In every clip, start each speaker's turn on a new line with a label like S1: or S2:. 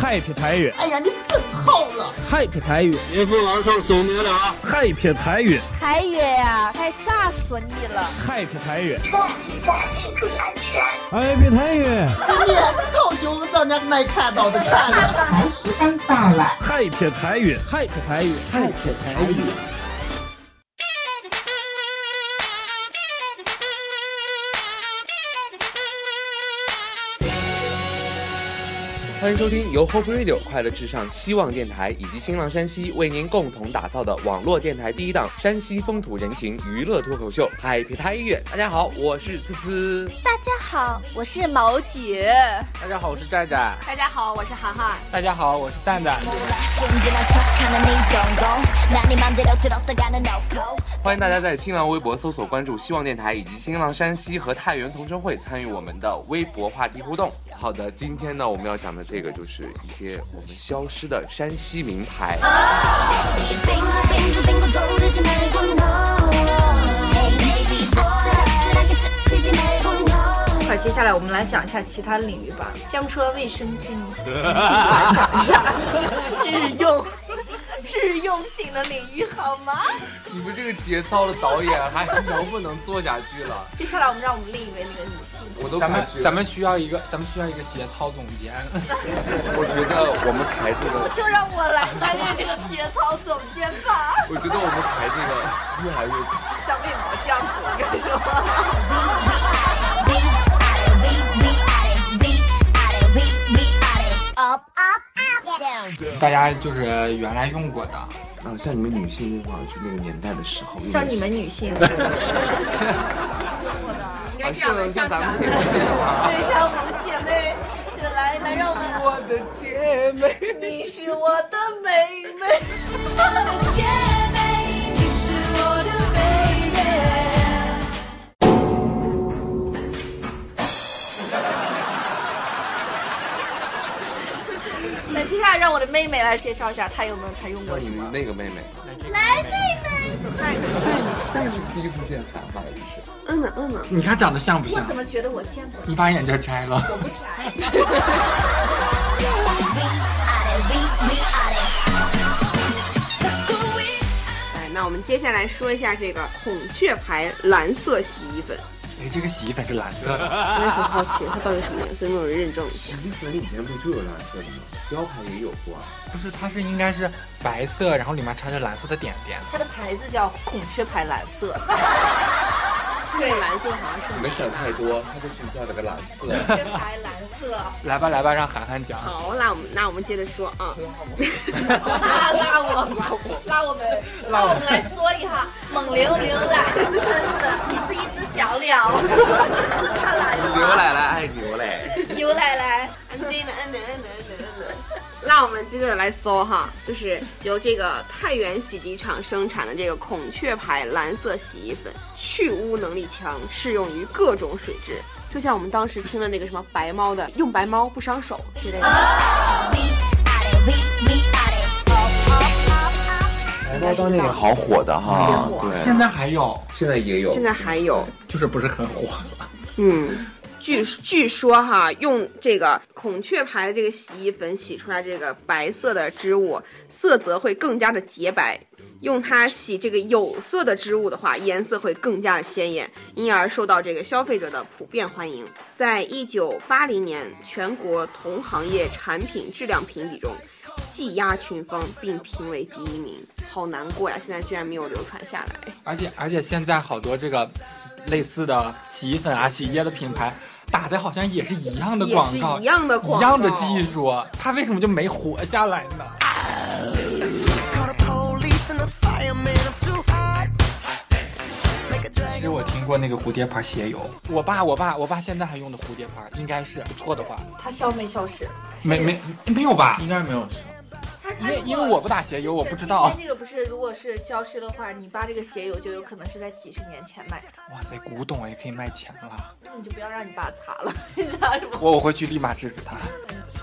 S1: Happy 台语
S2: 哎呀，你真好啊了！
S1: ，Happy 台语
S3: 您是晚上手没了啊？
S1: ，Happy 台语
S4: 海月呀、太炸死你了！
S1: ，Happy 台语
S5: 哎，别太远，
S2: 今天早就让人没看到的看了。
S1: ，Happy 台语，Happy 台语，Happy 台语。
S6: 欢迎收听由 Hope Radio 快乐至上希望电台以及新浪山西为您共同打造的网络电台第一档山西风土人情娱乐脱口秀《嗨皮台音乐》。大家好，我是滋滋。
S4: 大家好，我是毛姐。
S7: 大家好，我是寨寨。
S4: 大家好，我是涵涵。
S7: 大家好，我是蛋蛋。
S6: 欢迎大家在新浪微博搜索关注希望电台以及新浪山西和太原同城会，参与我们的微博话题互动。好的，今天呢，我们要讲的这个就是一些我们消失的山西名牌。
S8: 好，接下来我们来讲一下其他领域吧。要不说卫生巾，来讲一下日用日用性的领域好吗？
S6: 你们这个节操的导演还能不能做下去了？
S8: 接下来我们让我们另一位那个女性，
S6: 我都
S7: 咱们
S6: 感觉
S7: 咱们需要一个，咱们需要一个节操总监。
S6: 我觉得我们台这个
S8: 就让我来担任这个节操总监吧。
S6: 我觉得我们台这个越来越
S8: 像面膜这样子，我跟你说。
S7: 大家就是原来用过的，
S6: 啊，像你们女性那会儿，就那个年代的时候，
S8: 像你们女 性，
S6: 啊，像像咱们姐妹
S8: 对，像我们姐妹，就来来让我们。
S6: 我的姐妹，
S8: 你是我的妹妹，我的姐妹，你是我的妹妹。那接下来让我的妹妹来介绍一下，她有没有她用过什
S6: 你
S8: 么？
S6: 那个妹妹，
S8: 来，妹妹，
S6: 这是第一次见她吧？也是，
S8: 嗯呢嗯呢，
S7: 你看长得像不
S8: 我
S7: 像
S8: 怎？么觉得我见过？
S7: 你把眼镜摘了。
S8: 我不摘。
S9: 哎，那我们接下来说一下这个孔雀牌蓝色洗衣粉。
S7: 哎，这个洗衣粉是蓝色的。
S8: 啊
S9: 我也很好奇，它到底什么颜色，没有人认证一下。
S6: 衣服里面不就有蓝色的吗？标牌也有过啊。
S7: 不是，它是应该是白色，然后里面插着蓝色的点点。
S8: 它的牌子叫孔雀牌蓝色。
S9: 对，蓝色好像是
S6: 你们想太多，她就是叫了个蓝色。
S8: 天牌蓝色，
S7: 来吧来吧，让涵涵讲。
S9: 好，那我们那我们接着说啊。
S8: 拉 拉我们，拉我们，拉我们来说一下，猛牛牛奶，真的，你是一只小 鸟，它来
S6: 牛
S8: 了，
S6: 奶奶爱牛嘞，
S8: 牛奶奶，
S9: 那我们接着来搜哈，就是由这个太原洗涤厂生产的这个孔雀牌蓝色洗衣粉，去污能力强，适用于各种水质。就像我们当时听的那个什么白猫的，用白猫不伤手之 类的。
S6: 白猫当那个好火的哈，对，
S7: 现在还有，
S6: 现在也有
S9: 现。在还有，
S7: 就是不是很火了。
S9: 嗯，据据说哈，用这个孔雀牌的这个洗衣粉洗出来这个白色的织物，色泽会更加的洁白。用它洗这个有色的织物的话，颜色会更加的鲜艳，因而受到这个消费者的普遍欢迎。在一九八零年，全国同行业产品质量评比中，技压群芳，并评为第一名。好难过呀，现在居然没有流传下来。
S7: 而且而且现在好多这个类似的洗衣粉啊、洗衣液的品牌，打的好像也是一样的
S9: 也是
S7: 广告，
S9: 一样的广告
S7: 一样的技术，它为什么就没活下来呢？其实我听过那个蝴蝶牌鞋油，我爸我爸我爸现在还用的蝴蝶牌，应该是不错的话，
S8: 它消没消失？
S7: 没没没有吧？
S5: 应该没有事。
S7: 因为因为我不打鞋油，我不知道
S8: 今。天这个不是，如果是消失的话，你爸这个鞋油就有可能是在几十年前买的，
S7: 哇塞，古董也可以卖钱了。
S8: 那你就不要让你爸擦了， 你擦什么？
S7: 我我回去立马制止他。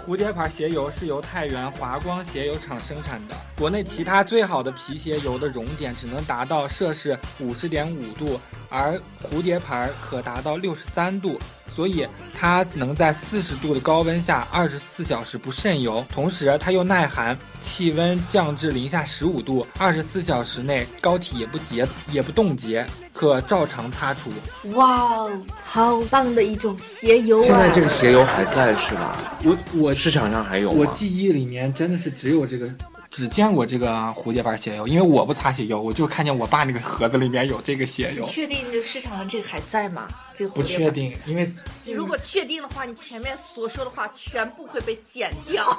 S7: 蝴蝶牌鞋油是由太原华光鞋油厂生产的，国内其他最好的皮鞋油的熔点只能达到摄氏五十点五度，而蝴蝶牌可达到六十三度，所以它能在四十度的高温下二十四小时不渗油，同时它又耐寒，气温降至零下十五度，二十四小时内膏体也不结也不冻结，可照常擦除。
S8: 哇哦，好棒的一种鞋油啊！
S6: 现在这个鞋油还在是吧？
S7: 我我
S6: 市场上还有
S7: 我
S6: 吗？
S7: 记忆里面真的是只有这个，只见过这个蝴蝶牌鞋油，因为我不擦鞋油，我就看见我爸那个盒子里面有这个鞋油
S8: 你。确定这市场上这个还在吗？这个蝴
S7: 不
S8: 蝶
S7: 确定，因为
S8: 你如果确定的话，你前面所说的话全部会被剪掉。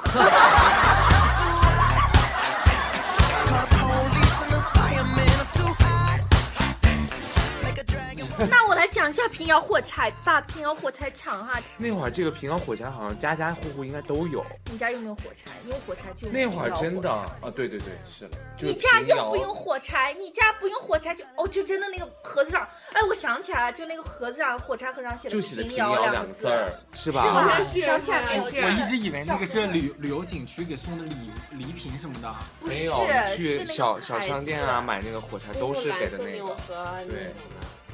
S8: 那我来讲一下平遥火柴吧，平遥火柴厂哈，
S6: 那会儿这个平遥火柴好像家家户户应该都有。
S8: 你家用不用火柴？用火柴就用
S6: 那会儿
S8: 平遥
S6: 真的
S8: 火柴
S6: 啊，对对对，是的。就
S8: 你
S6: 是
S8: 家
S6: 平
S8: 用
S6: 遥
S8: 不用火柴？你家不用火柴就哦，就真的那个盒子上，哎，我想起来了，就那个盒子上火柴盒上写
S6: 就
S8: 的
S6: 写的平
S8: 遥
S6: 遥
S8: 两
S6: 个字
S8: 字
S6: 儿，，是
S8: 是
S6: 吧？
S8: 吧？想起来没有？我
S7: 啊
S10: 我一直
S7: 以为那个是旅旅游景区给送的礼礼品什么的。
S8: 不
S6: 没
S8: 是
S6: 有，你
S8: 是那
S6: 去
S8: 个
S6: 小
S8: 牌
S6: 小商店
S8: 子
S6: 啊买那个火柴都是给的那个。
S11: 和
S6: 对。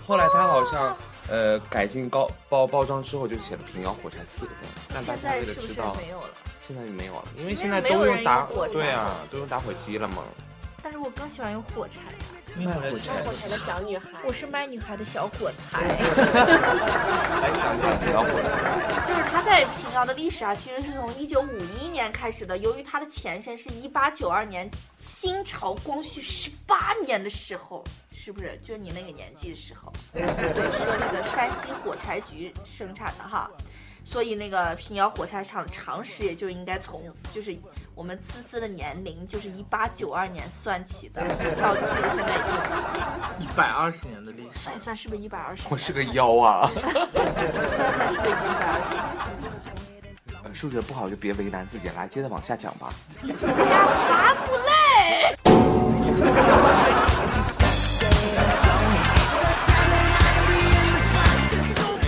S6: 后来他好像呃改进高包包装之后，就写了平遥火柴四个字，让大
S8: 现
S6: 家
S8: 在
S6: 为了
S8: 是不
S6: 知
S8: 是
S6: 道。
S8: 没有了？
S6: 现在就没有了，因为
S8: 因为
S6: 现在
S8: 没有
S6: 都
S8: 人用
S6: 用打
S8: 火柴
S6: 对啊，都用打火机了嘛。
S8: 但是我更喜欢用火柴，
S6: 卖火柴的，
S11: 柴的小女孩
S8: 我是卖女孩的小火柴。
S6: 还想讲平遥火柴。
S8: 就是它在平遥的历史啊，其实是从一九五一年开始的。由于它的前身是一八九二年清朝光绪十八年的时候，是不是？就你那个年纪的时 候，对，说这个山西火柴局生产的哈。所以那个平遥火柴厂的常识也就应该从就是我们思思的年龄，就是一八九二年算起的，到就是现在已经
S7: 一百二十年的历史，
S8: 算一算是不是一百二十？
S6: 我是个妖啊！
S8: 算一算是不是一百二十？
S6: 呃数学不好就别为难自己，来接着往下讲吧。
S8: 啊，不累。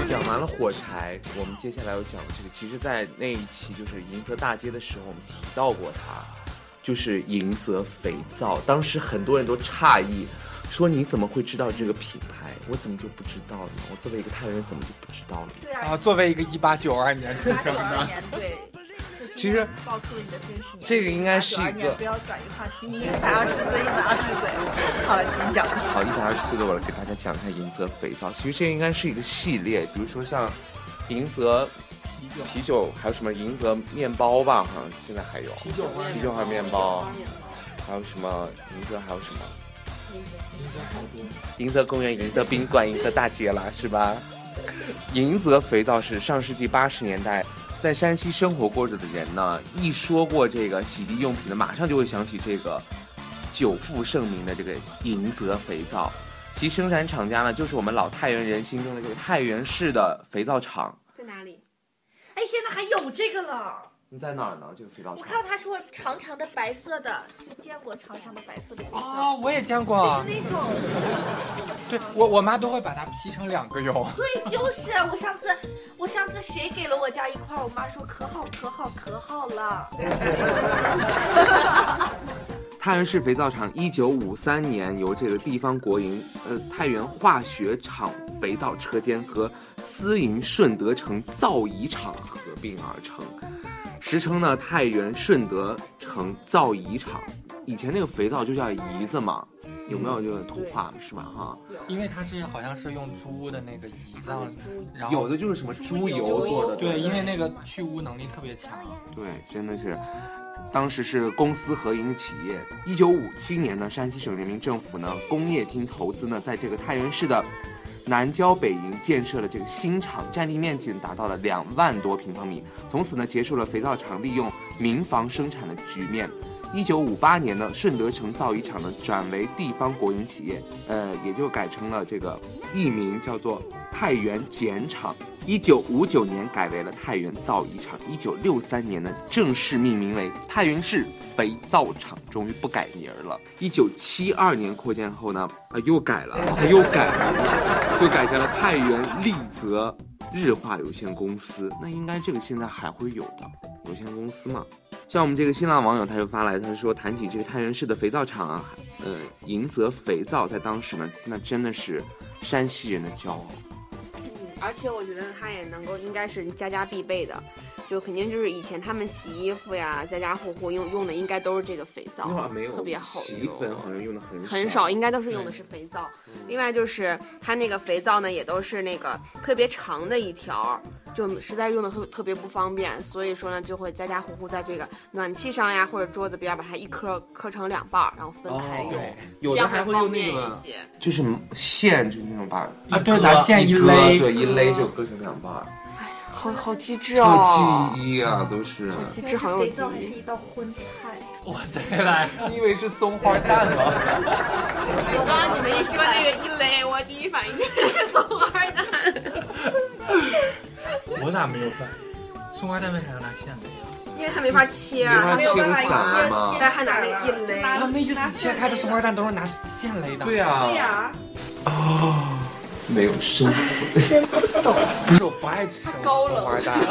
S6: 讲完了火柴，我们接下来要讲这个，其实，在那一期就是银泽大街的时候，我们提到过它，就是银泽肥皂。当时很多人都诧异，说你怎么会知道这个品牌？我怎么就不知道呢？我作为一个太原人，怎么就不知道呢？
S8: 对啊，
S7: 啊，作为一个一八九二年出
S8: 八
S7: 生
S8: 九二
S7: 的，
S8: 年，对。就
S6: 其
S8: 今
S6: 实
S8: 天爆出了你的真实年龄，
S6: 这个应该是
S8: 82
S6: 一个
S8: 年不要转移话题，你一百二十岁，一百二十岁。 好了，请讲。
S6: 好，一百二十四的我来给大家讲一下银泽肥皂。其实这应该是一个系列，比如说像银泽啤酒，还有什么银泽面包吧，好像现在还有啤酒啤酒还有面包，还有什么银泽还有什么？银泽公园、银泽宾馆、银泽大街啦，是吧？银泽肥皂是上世纪八十年代在山西生活过着的人呢，一说过这个洗涤用品呢，马上就会想起这个久负盛名的这个银泽肥皂。其生产厂家呢，就是我们老太原人心中的这个太原市的肥皂厂。
S11: 在哪里？
S8: 哎，现在还有这个了。
S6: 你在哪儿呢？这个肥皂
S8: 我
S6: 厂？
S8: 看到他说长长的白色的，就见过长长的白色的肥皂，
S7: 哦，我也见过，
S8: 是那种。
S7: 对我我妈都会把它劈成两个用。
S8: 对，就是啊我上次，我上次谁给了我家一块儿，我妈说可好可好可好了。
S6: 太原市肥皂厂一九五三年由这个地方国营呃太原化学厂肥皂车间和私营顺德城皂仪厂合并而成，
S8: 哎
S6: 时称呢太原顺德城皂仪厂。啊以前那个肥皂就叫仪子嘛，有没有这个图画是吧？哈，
S7: 因为它是好像是用猪的那个胰脏，然后
S6: 有的就是什么猪油做的，
S7: 对，因为那个去污能力特别强。
S6: 对，真的是，当时是公私合营企业。一九五七年呢，山西省人民政府呢工业厅投资呢，在这个太原市的南郊北营建设了这个新厂，占地面积达到了两万多平方米。从此呢，结束了肥皂厂利用民房生产的局面。一九五八年呢，顺德城造衣厂呢转为地方国营企业，呃，也就改成了这个艺名叫做太原碱厂。一九五九年改为了太原造衣厂，一九六三年呢正式命名为太原市肥皂厂，终于不改名儿了。一九七二年扩建后呢，啊、又改了，它又改名了，又改成了太原丽泽日化有限公司。那应该这个现在还会有的有限公司嘛？像我们这个新浪网友他就发来，他说谈起这个太原市的肥皂厂啊，呃，银泽肥皂在当时呢，那真的是山西人的骄傲。
S9: 而且我觉得它也能够应该是家家必备的，就肯定就是以前他们洗衣服呀，家家户户用用的应该都是这个肥皂
S6: 那会儿，没有
S9: 特别好
S6: 洗衣
S9: 用。
S6: 粉啊好像用的很
S9: 很少，应该都是用的是肥皂。另外就是它那个肥皂呢，也都是那个特别长的一条，就实在用的特特别不方便，所以说呢，就会家家户户在这个暖气上呀，或者桌子边儿把它一磕磕成两半儿，然后分开用，
S6: 哦，有
S9: 这
S6: 的
S9: 样
S6: 还会
S9: 方
S6: 用那
S9: 便一
S6: 个，
S9: 些。
S6: 就是线，就是那种把
S7: 啊，对，拿线
S6: 一割
S7: 勒，
S6: 对，一勒就割成两半儿。
S9: 好好机智
S6: 这
S9: 哦，
S6: 种记忆啊，都是。
S9: 机
S12: 但
S9: 智
S12: 是
S9: 好有
S12: 肥
S9: 记
S12: 皂还是
S9: 忆。
S12: 一道荤菜。
S7: 我再来，你以为是松花蛋吗？
S9: 就刚刚你们一说那个一勒，我第一反应就是松花蛋，
S7: 我咋没有饭？松花蛋为啥要拿线呢？
S9: 因为它没法切
S6: 你
S9: 啊，
S6: 说
S9: 它没有
S6: 切
S9: 办
S6: 不
S9: 法
S6: 散了吗？
S9: 但还拿那个一勒。
S7: 啊，那意思切开的松花蛋都是拿线勒的。
S6: 对
S7: 呀、
S6: 呀，
S12: 对呀，
S6: 没有 生活，
S7: 不是我不爱吃松
S9: 高
S6: 松花
S9: 冷，
S6: 蛋，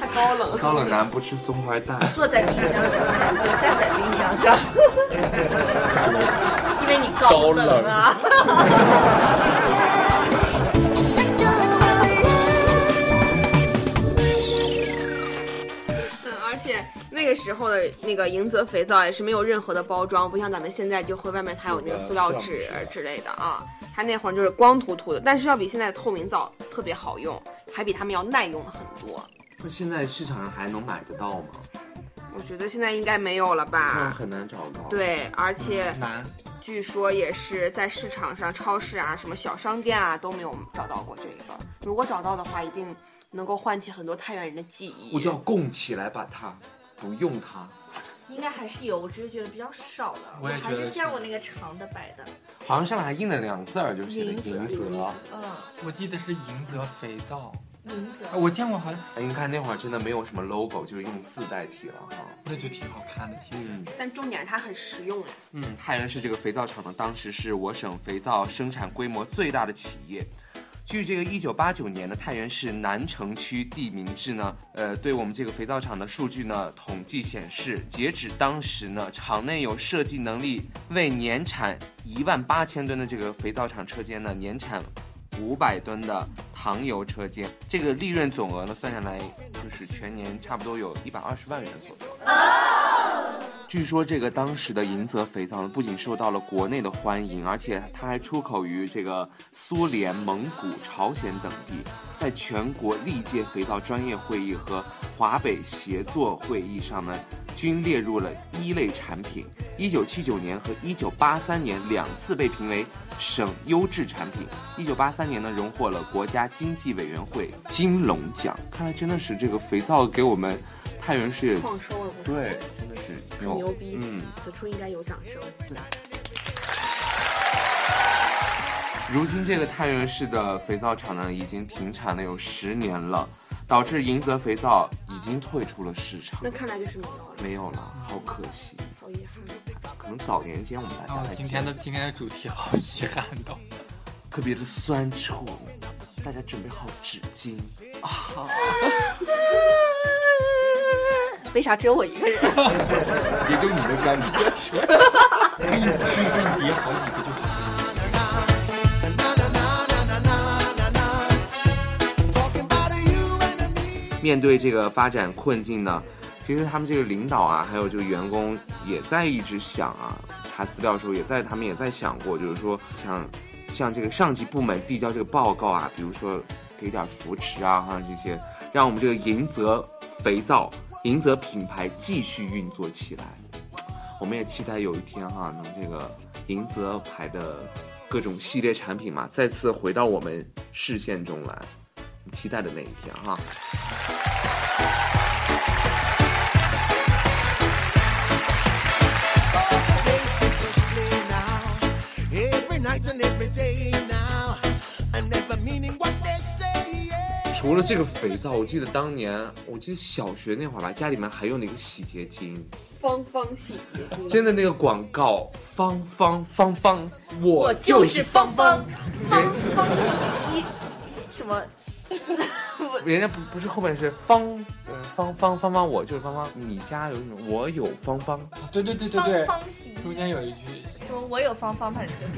S9: 它高冷。
S6: 高冷男不吃松花 蛋。
S12: 坐在冰箱上，我站在冰箱上，因为你高冷啊。
S9: 嗯，而且那个时候的那个迎泽肥皂也是没有任何的包装，不像咱们现在就会外面它有那个塑料纸之类的啊。它那会儿就是光秃秃的，但是要比现在的透明皂特别好用，还比它们要耐用的很多。
S6: 那现在市场上还能买得到吗？
S9: 我觉得现在应该没有了
S6: 那
S9: 吧？
S6: 很难找到。，
S9: 啊对，而且
S7: 难。
S9: 据说也是在市场上、超市啊、什么小商店啊都没有找到过这个。如果找到的话，一定能够唤起很多太原人的记忆。
S6: 我就要供起来把它，不用它。
S12: 应该还是有，我只是觉得比较少了。
S7: 我也觉
S12: 还
S7: 得
S12: 是
S7: 是
S12: 见过那个长的白的。
S6: 好像上面还印了两字儿，就写的“
S12: 银
S6: 银泽
S12: 嗯，
S7: 我记得是迎泽肥皂，
S12: 银泽
S7: 哎，我见过，好像”。
S6: 哎，你看那会儿真的没有什么 logo，就是用字代替了哈。
S7: 那就挺好看的，其实。
S6: 嗯
S9: 但重点是它很实用哎。
S6: 嗯，太原市这个肥皂厂呢，当时是我省肥皂生产规模最大的企业。据这个一九八九年的太原市南城区地名志呢，呃，对我们这个肥皂厂的数据呢统计显示，截止当时呢，厂内有设计能力为年产一万八千吨的这个肥皂厂车间呢，年产五百吨的糖油车间，这个利润总额呢算下来就是全年差不多有一百二十万元左右。据说这个当时的银泽肥皂呢，不仅受到了国内的欢迎，而且它还出口于这个苏联、蒙古、朝鲜等地，在全国历届肥皂专业会议和华北协作会议上呢，均列入了一类产品。一九七九年和一九八三年两次被评为省优质产品。一九八三年呢，荣获了国家经济委员会金龙奖。看来真的是这个肥皂给我们太原市也
S9: 创收了不少，
S6: 对，真的是
S9: 很牛逼。
S6: 嗯，
S9: 此处应该有掌声。
S6: 如今这个太原市的肥皂厂呢，已经停产了有十年了，导致银泽肥皂已经退出了市场
S9: 那，看来就是没有了，
S6: 没有了，好可惜。
S9: 好遗憾。
S6: 可能早年间我们大家
S7: 哦，
S6: 还
S7: 今天的今天的主题好遗憾哦的，
S6: 特别的酸楚，大家准备好纸巾啊！
S4: 为啥只有我一个人？
S6: 也就你的感觉 是。
S7: 给你给你给你叠好几个就好。
S6: 面对这个发展困境呢，其实他们这个领导啊，还有这个员工也在一直想啊，查资料的时候也在，他们也在想过，就是说想向这个上级部门递交这个报告啊，比如说给点扶持啊，哈这些，让我们这个银泽肥皂、银泽品牌继续运作起来。我们也期待有一天哈、能这个银泽牌的各种系列产品嘛，再次回到我们视线中来，期待的那一天哈、除了这个肥皂，我记得当年，我记得小学那会儿吧，家里面还用那个洗洁精，
S9: 芳芳系列，
S6: 真的那个广告，方方方方，我
S12: 就是芳芳芳
S6: 人
S12: 芳洗衣，什么？
S6: 人家不不是后面是方，呃方方方方，我就是方方，你家有什么？我有方方，
S7: 对对对对
S12: 芳
S7: 对，
S12: 芳洗衣，
S7: 中间有一句
S12: 什么？我有芳芳，反正就是。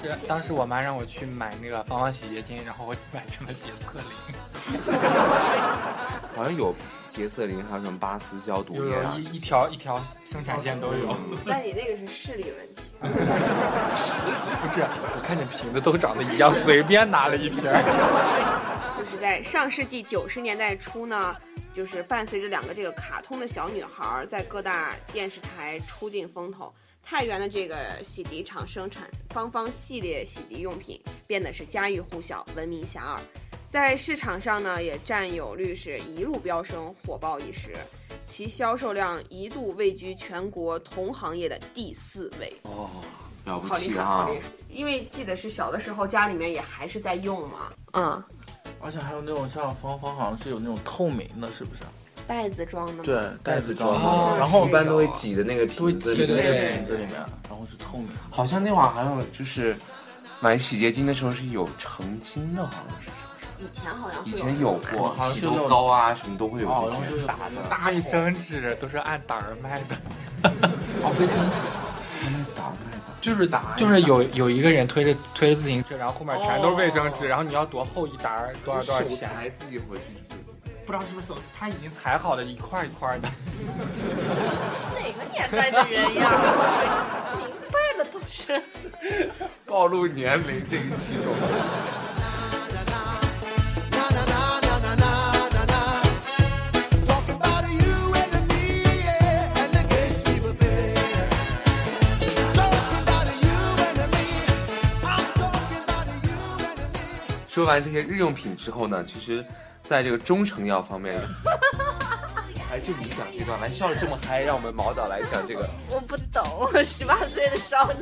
S7: 时当时我妈让我去买那个芳芳洗洁精，然后我买成了洁厕灵，
S6: 好像有洁厕灵，还有什么巴斯消毒
S7: 有
S6: 液啊
S7: 有。一一条一条生产线都有。
S9: 那你那个是视力问题。
S7: 不是，我看见瓶子都长得一样，随便拿了一瓶儿。
S9: 就是在上世纪九十年代初呢，就是伴随着两个这个卡通的小女孩儿在各大电视台出尽风头。太原的这个洗涤厂生产芳芳系列洗涤用品，变得是家喻户晓、闻名遐迩，在市场上呢也占有率是一路飙升，火爆一时，其销售量一度位居全国同行业的第四位。
S6: 哦，了不
S9: 好厉
S6: 起
S9: 害，
S6: 啊
S9: 好！厉害！因为记得是小的时候家里面也还是在用嘛。嗯，
S5: 而且还有那种像芳芳，好像是有那种透明的，是不是？
S9: 袋子装的。。
S5: 对，袋子装
S7: 哦
S5: 的，然后
S6: 一般都会挤的那个
S5: 都会
S6: 瓶子
S5: 挤
S6: 里
S5: 在那
S6: 面。
S5: 个瓶子里面，然后是透明的。
S6: 好像那会儿还有就是买洗洁精的时候是有成精的，好像是
S9: 以前好像会
S6: 以
S9: 有
S6: 前有过，
S5: 好像
S6: 洗
S5: 是那
S6: 头
S5: 种
S6: 膏啊什么都会有
S5: 哦，
S6: 这
S5: 然后
S6: 些。
S5: 就是打的
S7: 大一生纸都是按档儿卖的，
S5: 哦，卫生纸，就是打，
S7: 就是有有一个人推着推着自行车，然后后面全都是卫生纸，
S5: 哦
S7: 然后你要多厚一沓儿，多少多少钱？啊
S6: 还自己回去
S7: 不知道是不是他已经裁好的一块一块的。
S12: 哪个年代的人呀？明白了都是。
S6: 暴露年龄这一期怎么？说完这些日用品之后呢，其实在这个中成药方面，哎，就你讲这段，来笑的这么嗨，让我们毛导来讲这个。
S12: 我不懂， 我十八岁的少女。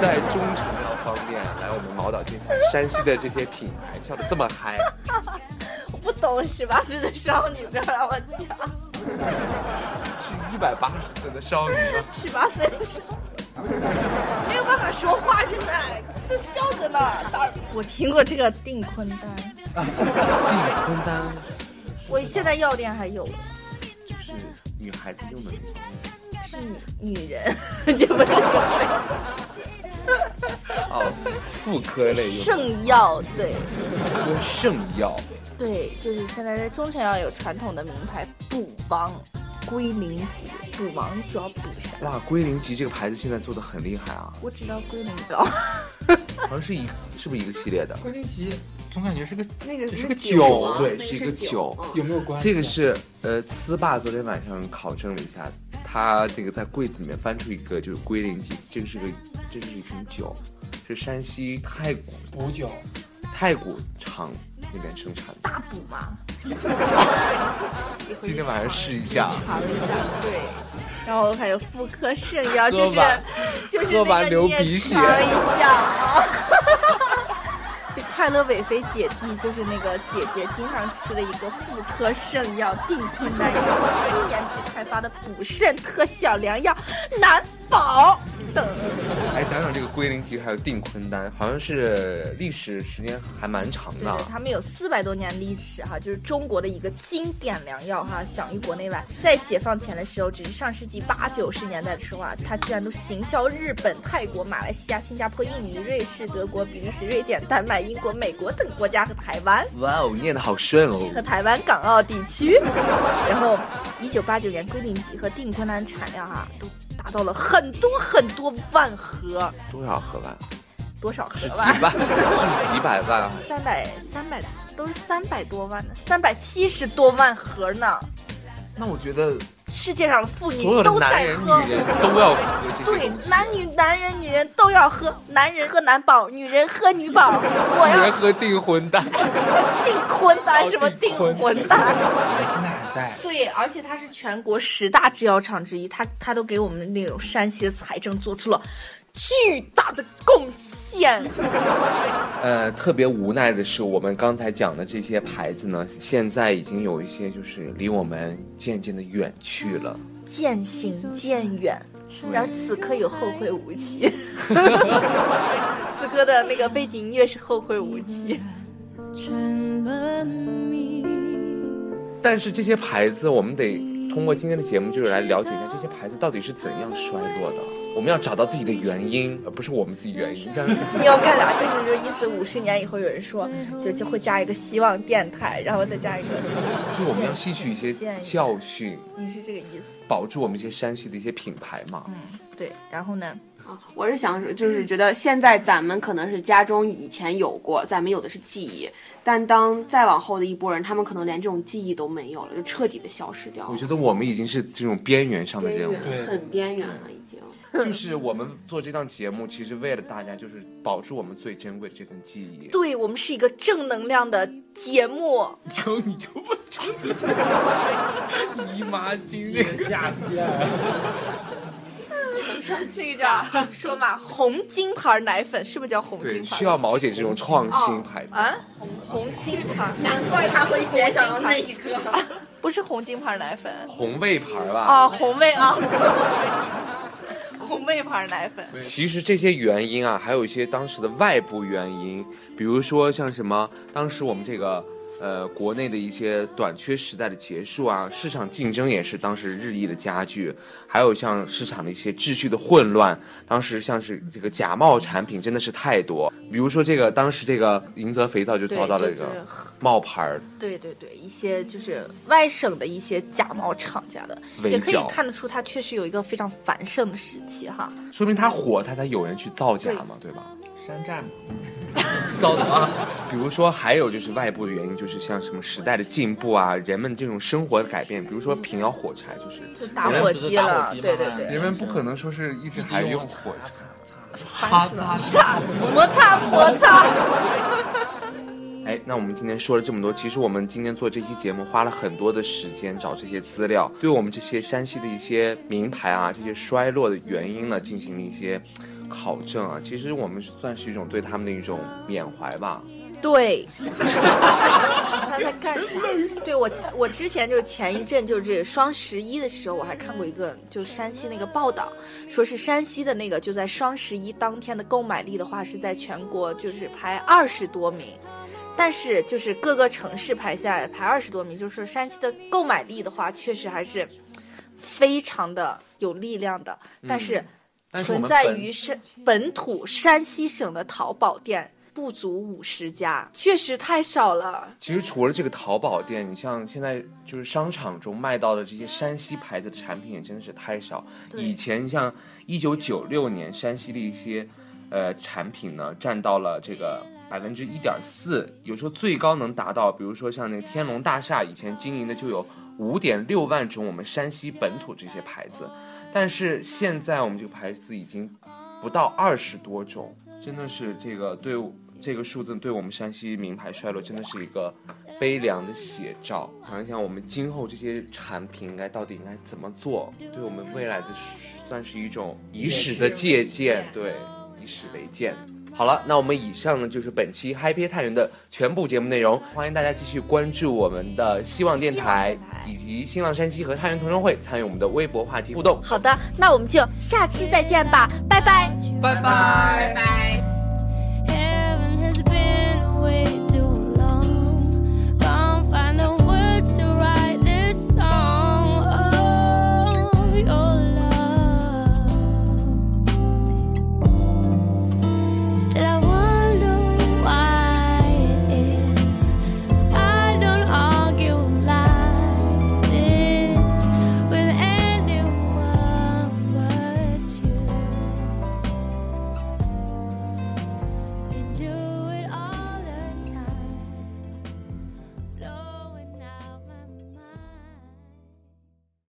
S6: 在中成药方面，来我们毛导介绍山西的这些品牌，笑的这么嗨。
S12: 我不懂十八岁的少女，不要让我 讲
S6: 是一百八十岁的少女吗？
S12: 十八岁的少女，没有办法说话，现在就笑在那儿。当然
S8: 我听过这个订婚单，
S12: 我现在药店还有，
S6: 就是女孩子用的那种。
S12: 是女女人， 就不是
S6: 哦，妇科类用
S8: 圣药对
S6: 喝圣药，
S8: 对，就是现在在中成药有传统的名牌补王、龟苓子、补王主要补啥？
S6: 哇，龟苓集这个牌子现在做的很厉害啊，
S8: 我知道龟苓膏，
S6: 好像是一是不是一个系列的？
S7: 关键题总感觉是个
S9: 那个
S7: 这是个
S9: 酒啊，
S7: 酒
S6: 对
S9: 那
S6: 是一个酒
S9: 嗯
S7: 有没有关系？
S6: 这个是呃，呲爸昨天晚上考证了一下，他这个在柜子里面翻出一个就是龟苓集，这个是个这是一瓶酒，是山西太谷
S7: 补酒，
S6: 太谷厂那边生产的。
S12: 大补嘛。
S6: 今天晚上试一下，啊
S8: 对。 然后还有妇科圣药，
S6: 喝
S8: 就是
S6: 吧
S8: 就是
S6: 喝完
S8: 那个
S6: 流
S8: 你也
S6: 鼻血
S8: 尝一下啊。 就快乐伟飞姐弟，就是那个姐姐经常吃的一个妇科圣药定春丹，七年制开发的补肾特效良药，难保等。
S6: 来讲讲这个龟苓集还有定坤丹，好像是历史时间还蛮长
S8: 对
S6: 的
S8: 对，
S6: 啊。
S8: 他们有四百多年历史哈，就是中国的一个经典良药哈，享誉国内外。在解放前的时候，只是上世纪八九十年代的时候啊，它居然都行销日本、泰国、马来西亚、新加坡、印尼、瑞士、德国、比利时、瑞典、丹麦、英国、美国等国家和台湾。
S6: 哇哦，念的好顺哦。
S8: 和台湾、港澳地区。然后，一九八九年龟苓集和定坤丹产量啊，都达到了很多很多万盒，
S6: 多少 盒吧？
S8: 多少
S6: 是
S8: 盒啊
S6: 几
S8: 吧？
S6: 万？ 是几百万啊？
S8: 三百三百都是三百多万呢，三百七十多万盒呢。
S6: 那我觉得
S8: 世界上的妇女
S6: 所有的
S8: 都
S6: 男
S8: 在
S6: 人、
S8: 喝
S6: 女，人都要喝这个
S8: 对
S6: 东，西。
S8: 男女、男人、女人都要喝，男人喝男宝，女人喝女宝。 我
S6: 女人哦
S8: 要
S6: 喝订婚蛋，
S8: 订婚单，什么订婚单？
S7: 你现在还在。
S8: 对，而且它是全国十大制药厂之一，它它都给我们那种山西的财政做出了巨大的贡献。
S6: 呃，特别无奈的是，我们刚才讲的这些牌子呢，现在已经有一些就是离我们渐渐的远去了。
S8: 渐行渐远，然后此刻有后会无期。 此刻的那个背景音乐是《后会无期》，
S6: 但是这些牌子，我们得通过今天的节目，就是来了解一下这些牌子到底是怎样衰落的。我们要找到自己的原因，而不是我们自己原 因。但是
S8: 你要干啥？就是说，意思五十年以后有人说，就就会加一个希望电台，然后再加一个，
S6: 就是我们要吸取一些
S8: 建议
S6: 教训，
S8: 你是这个意思？
S6: 保住我们一些山西的一些品牌嘛。
S8: 对，然后呢？
S9: 嗯我是想说，就是觉得现在咱们可能是家中以前有过，咱们有的是记忆，但当再往后的一波人，他们可能连这种记忆都没有了，就彻底的消失掉
S6: 我
S9: 了，
S6: 觉得我们已经是这种边缘上的
S9: 边
S6: 人物，
S9: 缘很边缘了已经。
S6: 就是我们做这档节目，其实为了大家，就是保住我们最珍贵的这份记忆。
S8: 对我们是一个正能量的节目，
S6: 求你就不成就这个姨妈巾那个。
S1: 下线。
S8: 那个叫说嘛，红金牌奶粉是不是叫红金
S6: 对，
S8: 牌？
S6: 需 要毛姐这种创新牌子。
S8: 啊，红红金牌，
S9: 难怪他会联想到那一个。
S8: 不是红金牌奶粉
S6: 红卫牌吧，
S8: 啊， 红卫啊，红卫牌奶 粉。
S6: 其实这些原因啊，还有一些当时的外部原因，比如说像什么，当时我们这个呃国内的一些短缺时代的结束啊，市场竞争也是当时日益的加剧，还有像市场的一些秩序的混乱，当时像是这个假冒产品真的是太多，比如说这个当时这个银泽肥皂就遭到了
S8: 对
S6: 一
S8: 就
S6: 个
S8: 是
S6: 冒牌儿
S8: 对对对，一些就是外省的一些假冒厂家的，
S6: 围
S8: 也可以
S6: 剿
S8: 看得出它确实有一个非常繁盛的时期哈。
S6: 说明它火，它才有人去造假嘛，对吧？
S5: 山寨 嘛，
S6: 糟的啊！比如说，还有就是外部的原因，就是像什么时代的进步啊，人们这种生活的改变，比如说平遥火柴，就是
S8: 就打火机了，
S5: 人家不是打火
S8: 对
S5: 机吗
S8: 对对，
S6: 人们不可能说是一直还用火柴。
S8: 烦死了，擦摩擦摩擦，
S6: 哎，那我们今天说了这么多，其实我们今天做这期节目花了很多的时间找这些资料，对我们这些山西的一些名牌啊，这些衰落的原因呢，进行了一些考证啊。其实我们是算是一种对他们的一种缅怀吧。
S8: 对。他在干啥？对我，我之前就前一阵就是双十一的时候，我还看过一个就山西那个报道，说是山西的那个就在双十一当天的购买力的话，是在全国就是排二十多名。但是就是各个城市排下来排二十多名，就是山西的购买力的话，确实还是非常的有力量的。但是
S6: 但是我
S8: 存
S6: 们
S8: 在
S6: 本
S8: 于山本土山西省的淘宝店不足五十家，确实太少了。
S6: 其实除了这个淘宝店，你像现在就是商场中卖到的这些山西牌子的产品也真的是太少。
S8: 对
S6: 以前像一九九六年山西的一些呃产品呢，占到了这个百分之一点四，有时候最高能达到，比如说像那个天龙大厦以前经营的就有五点六万种我们山西本土这些牌子，但是现在我们这个牌子已经不到二十多种，真的是这个对我这个数字对我们山西名牌衰落真的是一个悲凉的写照。想一想，我们今后这些产品应该到底应该怎么做，对我们未来的是算是一种以史的借鉴，对，以史为鉴。好了，那我们以上呢就是本期《嗨皮探员》的全部节目内容，欢迎大家继续关注我们的希望电台
S8: 希望电台
S6: 以及新浪山西和太原同城会，参与我们的微博话题互动。
S8: 好的，那我们就下期再见吧，拜拜。
S6: 拜拜。
S9: 拜。